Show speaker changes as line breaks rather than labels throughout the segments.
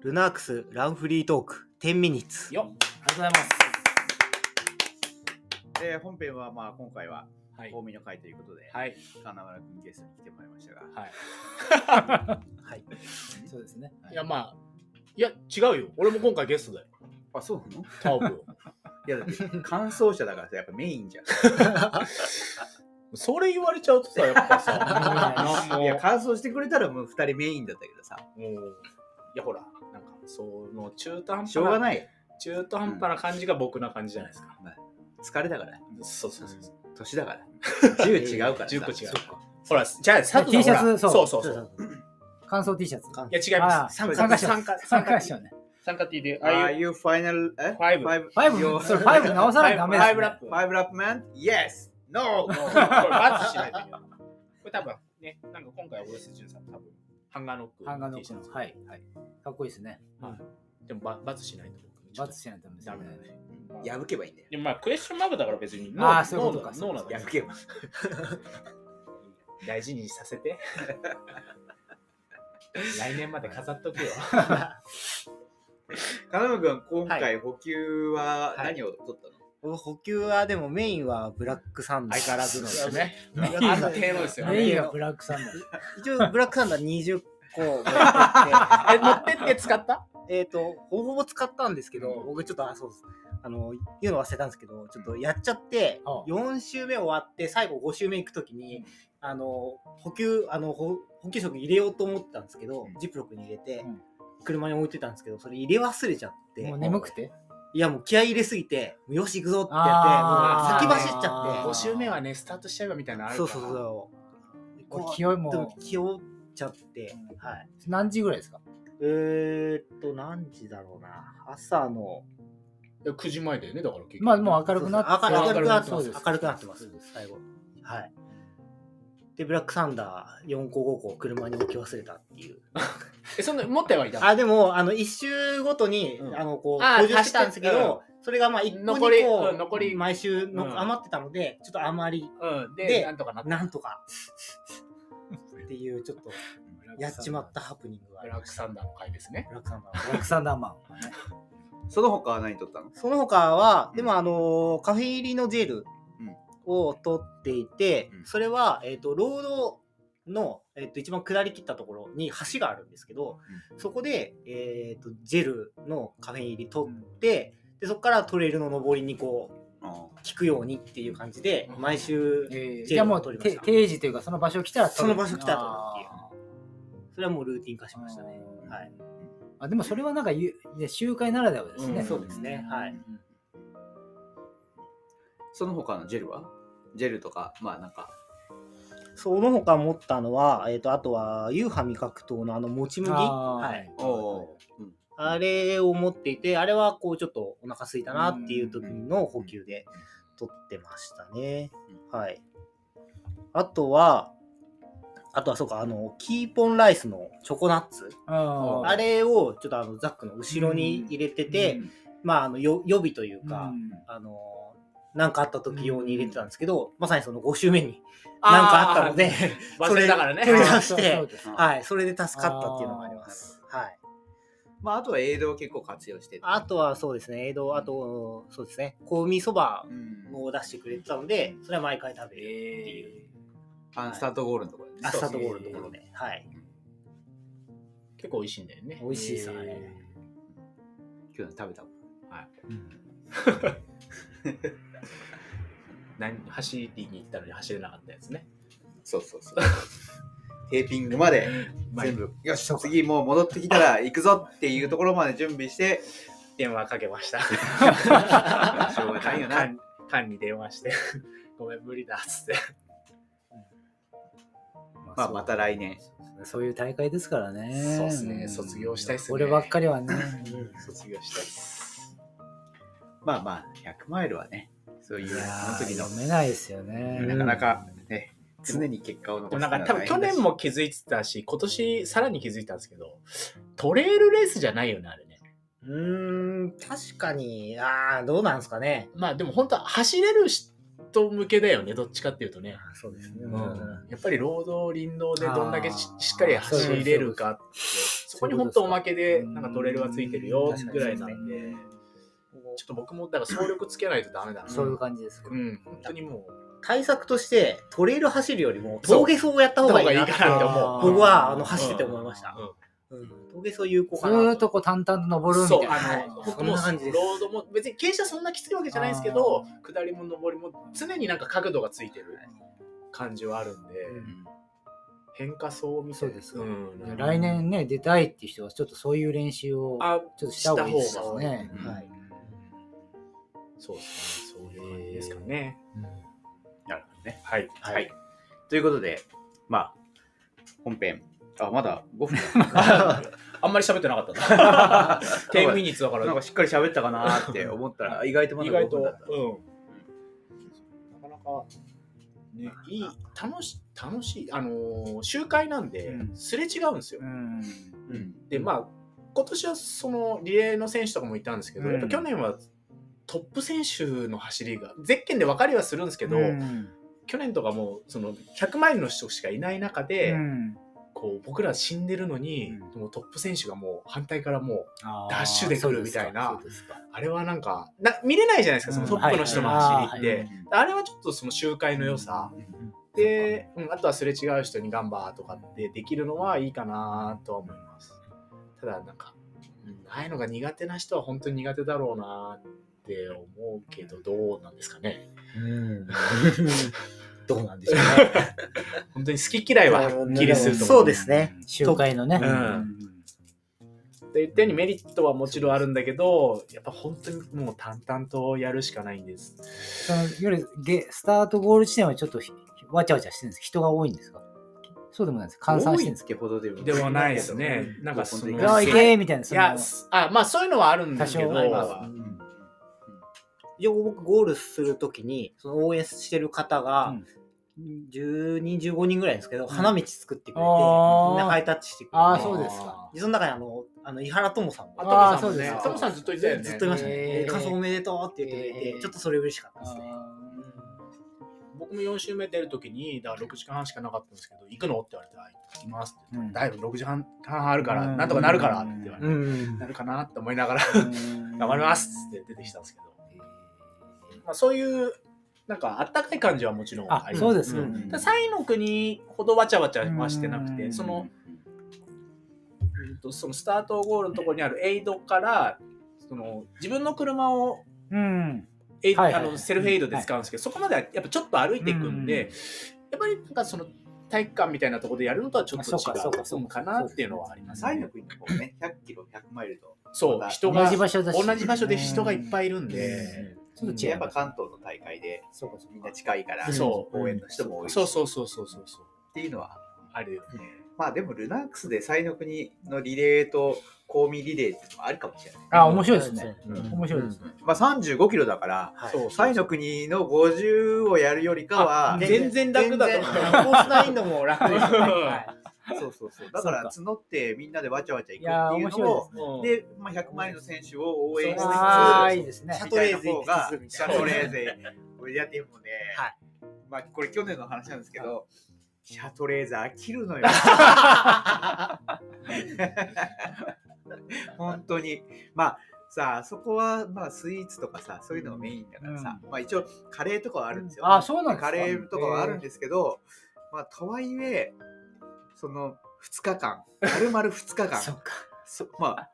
ルナークスランフリートーク10ミニッツ。
よっありがとうございます。
えー本編はまあ今回は
はい。
大見の会ということで、
はい。
金村君ゲストに来てもらいましたが、
はい。
はい。
そうですね
は。い
いや、まあ、いや、違うよ。俺も今回ゲストだよ。
あ、そうなの
タオルを。
いやだって、感想者だからさ、やっぱメインじゃん。
それ言われちゃうとさ、やっぱ さ、も
いや、
う
感想してくれたらもう2人メインだったけどさ、
もう、いや、ほら、なんか、その中途半端
しょうが
な、
ない。
中途半端な感じが僕な感じじゃないですか。
疲れだから、
そうそうそうそう。
年だから。10違うからさ。
10個違う
そ
から。ほら、じゃあ、佐藤
T シ
さん
ャ
ほ
ツ
ら
そう
そうそうそう。
感想 T シャツ。
いや、違います。
あー
参
参
加
加
し
賞
参加
参加賞ね。
参加 T で、
ああ
あ
いうファイナル、え
ファイブ
フ
ファイ
ァイブ
ブ、それファイブ直さないとダ
フ
メです、ね。
ァイブラップ。
ファイブラップマン ?Yes! No!
これバツしないといけない。これ多分ね、なんか今回は OS13 多分ハンガーノック。
ハンガーノッ
T シ
ク
ャツ
の。はい、はい。かっこいいですね。
でもババツしないと僕ちょっ
バ
と
ツしないとダメです
ダメだ
ね。
ね。
破けばいいんだよ。
でもまあクエスチョンマークだから別に。
あーそういうこと
脳
か
だ
そう
脳だ
破けば。
大事にさせて。来年まで飾っとくよ。
金村君、今回補給は何を取ったの
僕補給はでもメインはブラックサンダー。
相変わらずのですね。
ブラックサンダ
安
ー。
定のですよね。
メインはブラックサンダー。
一応ブラックサンダー20個持って
え、持ってって使った
って、えっと、ほぼほぼ使ったんですけど、
うん
僕ちょっと、あ、そうです。あの、言うの忘れたんですけど、ちょっとやっちゃって、
ああ
4週目終わって、最後5週目行くときに、あの、補給、あの、ほ補給食入れようと思ったんですけど、
うん
ジップロックに入れて、
うん
車に置いてたんですけど、それ入れ忘れちゃって、
もう眠くて。
いやもう気合い入れすぎて、もうよし行くぞってや
あ
って、
ー
もう先走っちゃ
5
っ
週目はね、スタートしちゃえばみたいなのあ
て、
る
そ
か
う
ら
そうそう。
こ
こ
う
う
気負い
でも
も。
気負っちゃって、はい。
何時ぐらいですか
えー、っと、何時だろうな。朝の、
え9時前だよね、だから結局
まあもう明るくなって。
そうそう明る明るくなってま
そ
す
うで。
明るくなってます、最後。はい。で、ブラックサンダー4個5個車に置き忘れたっていう。
え、そんな、持ってはいたの
あ、でも、あの、1周ごとに、
うん
あの、こう、
あー
補充してたんですけど、それがまあ1個
残り
2個、
うん残り
毎週の、
うん
余ってたので、ちょっとあまり
うん、で、
で
なんとかなった。
なんとか。 っていう、ちょっと、やっちまったハプニングがあ
ブ
り
ラッ
ま
ク
し
サンダーの回ですね。
た。ブラックサンダー
ブラックサンダーマン。
その他は何取ったの
その他は
う、ん
でもあのー、カフェ入りのジェル
うん
を取っていて
う、ん
それは、えっと、ロードの、えっと、一番下り切ったところに橋があるんですけど、そこで、えっと、ジェルのカフェ入り取って、で、そこからトレイルの上りにこう、効くようにっていう感じで、毎週、
えー
ジェ
じゃあ
ル
も
を
う
取りま
て
した
定時というかその場所来たら
その場所来たら取る
あ
それはもうルーティン化しましたね。
うん
はい。
ーあでもそれはなんかゆいや集会ならではですね、
うん
そうですね。はい。
その他のジェルはジェルとか、まあなんか、
その他持ったのは、えっ、と、あとは、ユーハ味覚糖のあの、もち麦。
あー
はい。
おーうん
あれを持っていて、あれは、こう、ちょっとお腹空いたなっていう時の補給で取ってましたね。はい。あとは、あとは、そうか、あの、キーポンライスのチョコナッツ。
あー
あれを、ちょっとあの、ザックの後ろに入れてて、まあ、あの、よ予備というか、
うん
あの、なんかあった時用に入れてたんですけど、まさにその5周目に
あー
なんかあったので、
忘れたからね。
それ取り
あ
出して
そうです
あ
はい、それで助かったっていうのがあります。はい。
まああとは映像を結構活用してて
あとはそうですね、江戸、あと、そうですね、香味そば
うん
を出してくれてたので、それは毎回食べるって
え
いう、
あのスタートゴールのところで
アッ
ね
サートゴールのところで、はい。
ー結構美味しいんだよね。
美味しいですあれ
今日食べたもん
はい。何走りに行ったのに走れなかったやつね。
そうそうそうテーピングまで全部よし次もう戻ってきたら行くぞっていうところまで準備して
電話かけました。
しょうがな いよな
缶缶に電話して、 ごめん、無理だっつって。
まあまた来年
そういう大会ですからね。
そうっすね卒業したいっすね
俺ばっかりはね。
卒業したいっす。
まあまあ100マイルはねそういう
いや
あの時
ー、
の
読めないですよね。
なかなかね常に結果を
で
残
も
す
なんか多分去年
も
も気づいてたし、今年さらに気づいたんですけど、トレイルレースじゃないよね、あれね。
うーん、確かに、ああ、どうなんですかね。
まあでも本当は走れる人向けだよね、どっちかっていうとね。
そうですね。
う
うん
んやっぱり労働林道でどんだけし
あー
しっかり走れるかってそこに本当おまけで、なんかトレイルはついてるよ
うん
ぐらいなんで、ちょっと僕もだから総力つけないとダメだな。
そういう感じです。
うん、本当にもう、
対策としてトレイル走るよりも峠走をやった方がいいなって
そう方がいいかなって
思う
僕はあの走ってて思いました、
うん
うん、峠走有効
ず
かな
ーっとこう淡々と登るみ
そう、
たいな。
あ
は
の、
い
僕も
そんな感じです
ロードも、別に傾斜そんなきついわけじゃないんですけど、下りも上りも常になんか角度がついてる感じはあるんで、変化層みたいな。
そうです
うん
来年ね、出たいっていう人は、ちょっとそういう練習を
あ、
ちょっとした方がいいですよね。
うん
はい
そうですね。そういう感じですかね。
なるほどね。
はい。
はい
はい。ということで、まあ、本編。あ、まだ5分。
あんまり喋ってなかった な。10ミニッツだか
なん
ら
か、しっかり喋ったかなっ て思ったら、意外とまだ
意
5
外
分
と、
だった。
うん。なかなか、ね、いい、楽し、楽しい、あのー集会なんで
う、ん
すれ違うんですよ。
うん。
うん
で、まあ、今年はそのリレーの選手とかもいたんですけど、
うん
やっぱ去年はトップ選手の走りが、ゼッケンで分かりはするんですけど、
うん
去年とかもうその100マイルの人しかいない中で、
うん
こう僕ら死んでるのに、
う
もうトップ選手がもう反対からも
あー
ダッシュで来るみたいな
そうですか
うあれはなんかな見れないじゃないですかその
うん
トップの人の走りって、
はいはい
あれはちょっとその集会の良さ、で、うん、あとはすれ違う人にガンバーとかってできるのはいいかなとは思いますただなんかうんああいうのが苦手な人は本当に苦手だろうなって思うけどどうなんですかね
うん どうなんでしょうね
本当に好き嫌いははっきりすると思
そう
う
ですね
集会のね。
うんと言ったようにメリットはもちろんあるんだけどやっぱ本当にもう淡々とやるしかないんです
そのいわゆるゲスタートゴール地点はちょっとひわちゃわちゃしてるんですか人が多いんですかそうでもないですか換算してるんです
けほどでも
ではないですねなんかその
か
いや
わあ
い
行
や
けみたいな。
い
その
やすあまあそういうのはあるんですけど
多少はあります
は
一応僕ゴールするときにその応援してる方が
うん
10人15人ぐらいですけど、花道作ってくれてみ
あー
んなハイタッチしてくれて
ああ、そうですか。
でその中にあのあの伊原友さんも
あ
あ
トムさんもね
あーそうです
トムさんずっといたよね
ずっといましたね
へー
えー「感想おめでとう」って言ってくれて、
へー
ちょっとそれ嬉しかったですね
あ
僕も4周目出るときに、だから6時間半しかなかったんですけど、行くのって言われて、あ行きますって言って、
うん
だいぶ6時間半あるから、
うん
なんとかなるからって言われて、
うん
なるかなって思いながら、
ー
頑張りますっつって出てきたんですけど、まあ、そういう、なんかあったかい感じはもちろん
あ
あります。
そうですか
んただサイの国ほどわちゃわちゃはしてなく
う
て、
ん
その、うんとそのスタートゴールのところにあるエイドから、その自分の車を
うん。
エイ
はいはい
あのセルフエイドで使うんですけど、そこまではやっぱちょっと歩いていくんで、やっぱりなんかその体育館みたいなところでやるのとはちょっと違
あそうかそうかそううか
のかなっていうのはあります
サイ
ね。
の国の方ね、100キロ、100マイルと、
そ
ま
う、
た
人
同
が
じ場所だし。
同じ場所で人がいっぱ
い。
いいるんで、
ちょっと違
や
う
っぱ関東の大会で
そうかそうか
みんな近いから、
そう
応援の人も多いし
そうそうそうそうそうそう
っていうのは、
あるよね。
まあでも、ルナックスでサイの国のリレーと、コーミリレーっていうのもありかもしれない。
あ、面白いですね。
うん
面白いですね。
まあ35キロだから、
はい
そう
サイの国の50をやるよりかは、
全然楽だと思う
全然コース難易度も楽ですね、は
そうそうそう。だから募ってみんなでわちゃわちゃ行
いやー、
くっ
面
ていう
白い
のを
です、ね。
うん
で、まあ、100万円の選手を応援しつつ、
ああ、いいですね
シ。ャ
み
ト
た
レ
いな
ーゼ
方
行
が
きつつみ
シ
たい
ャ
な
トレーゼ、これやってもね、
はい
まあ、これ去年の話なんですけど、シャトレーゼ飽きる のよ。本当に。まあさあそこはまあスイーツとかさそういうのがメインだからさ、まあ一応カレーとかはあるんですよ、
あ、そうなんですか
カレーとかはあるんですけど、まあ、とはいえ、その2日間、丸々2日間、
そっか
そまあ、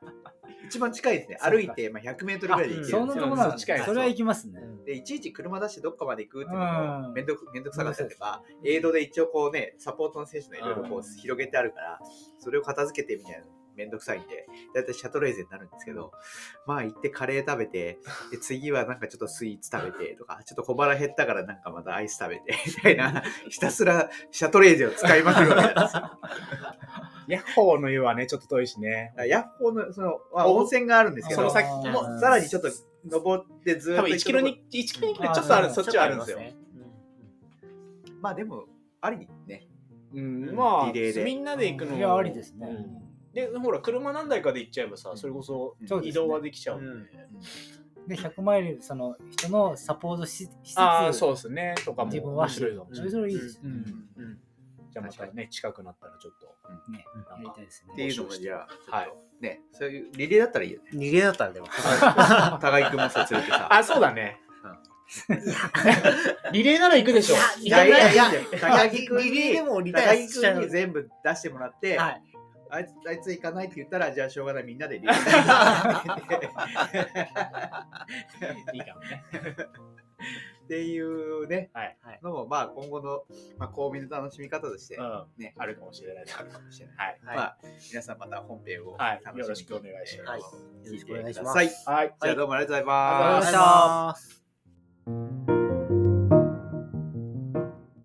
一番近いですね、
そうか
歩いて、まあ、100メートルぐらいで行けるんです
そ
よ
んなところなんです
近い
ねそれは行きますね。
でいちいち車出してどっかまで行くっていうのも
うん
めんどくめんどくさかったりとか、エイドで一応こうね、サポートの選手のいろいろこ
う
う広げてあるから、それを片付けてみたいなのめんどくさいんで、だいたいシャトレーゼになるんですけど、まあ行ってカレー食べて、で次はなんかちょっとスイーツ食べてとか、ちょっと小腹減ったからなんかまたアイス食べてみたいな、ひたすらシャトレーゼを使いまくるわけ なんですよ。だか
ヤッホーの湯はね、ちょっと遠いしね。
らヤッホーの、その、まあ、温泉があるんですけ
その
ど、
先
も
も
うさらにちょっと登ってずーっ
多
と
分1
行くと
キ
こ
ロに、1キロに行くとちょっとある、そっちはあるんですよ。
まあでも、ありにね。
うん、まあ、
リレーで
みんなで行くの
いやありですね
うんで、ほら、車何台かで行っちゃえばさ、それこそ
そう
ですね
移動はできちゃうんで。
で、100マイル、その人のサポートししつつ、
ああ、そうですね。とかも
自分は
面白いかもしれ
そ
ない
れ。ぞれいいですね。
うんうんじゃあまた
確
ね、近くなったらちょっと。
ね
うん、
やりたいですね。
っていうのもじゃあちょっと
はい
ねそういうリレーだったらいい よね
逃げだったらでも。
互い君もさ連れてさ
あ、そうだね。リレーなら行くでしょ。
いやいやいや高木
リ
君
レーで
に
もリタ
高
イア
木
しちゃ
君
う
に。全部出してもらって、
はい。
あいつあいつ行かないって言ったらじゃあしょうがないみんなでリレ ー
いいかもね。
っていうね、
はい
はい
のもまあ今後の、まあ、公民の楽しみ方として、
うん。
ね
あるかもしれないな
あるかもしれない、
はい。
はい
まあ皆さんまた本編を
はい
楽しみに、
よろしくお願いします
はい
よ
よろしくお願いします
はい、じ
はい。
ゃあどうもありがとうござい
ありがとうござい
ま
まし
す
た
ありがとうございます。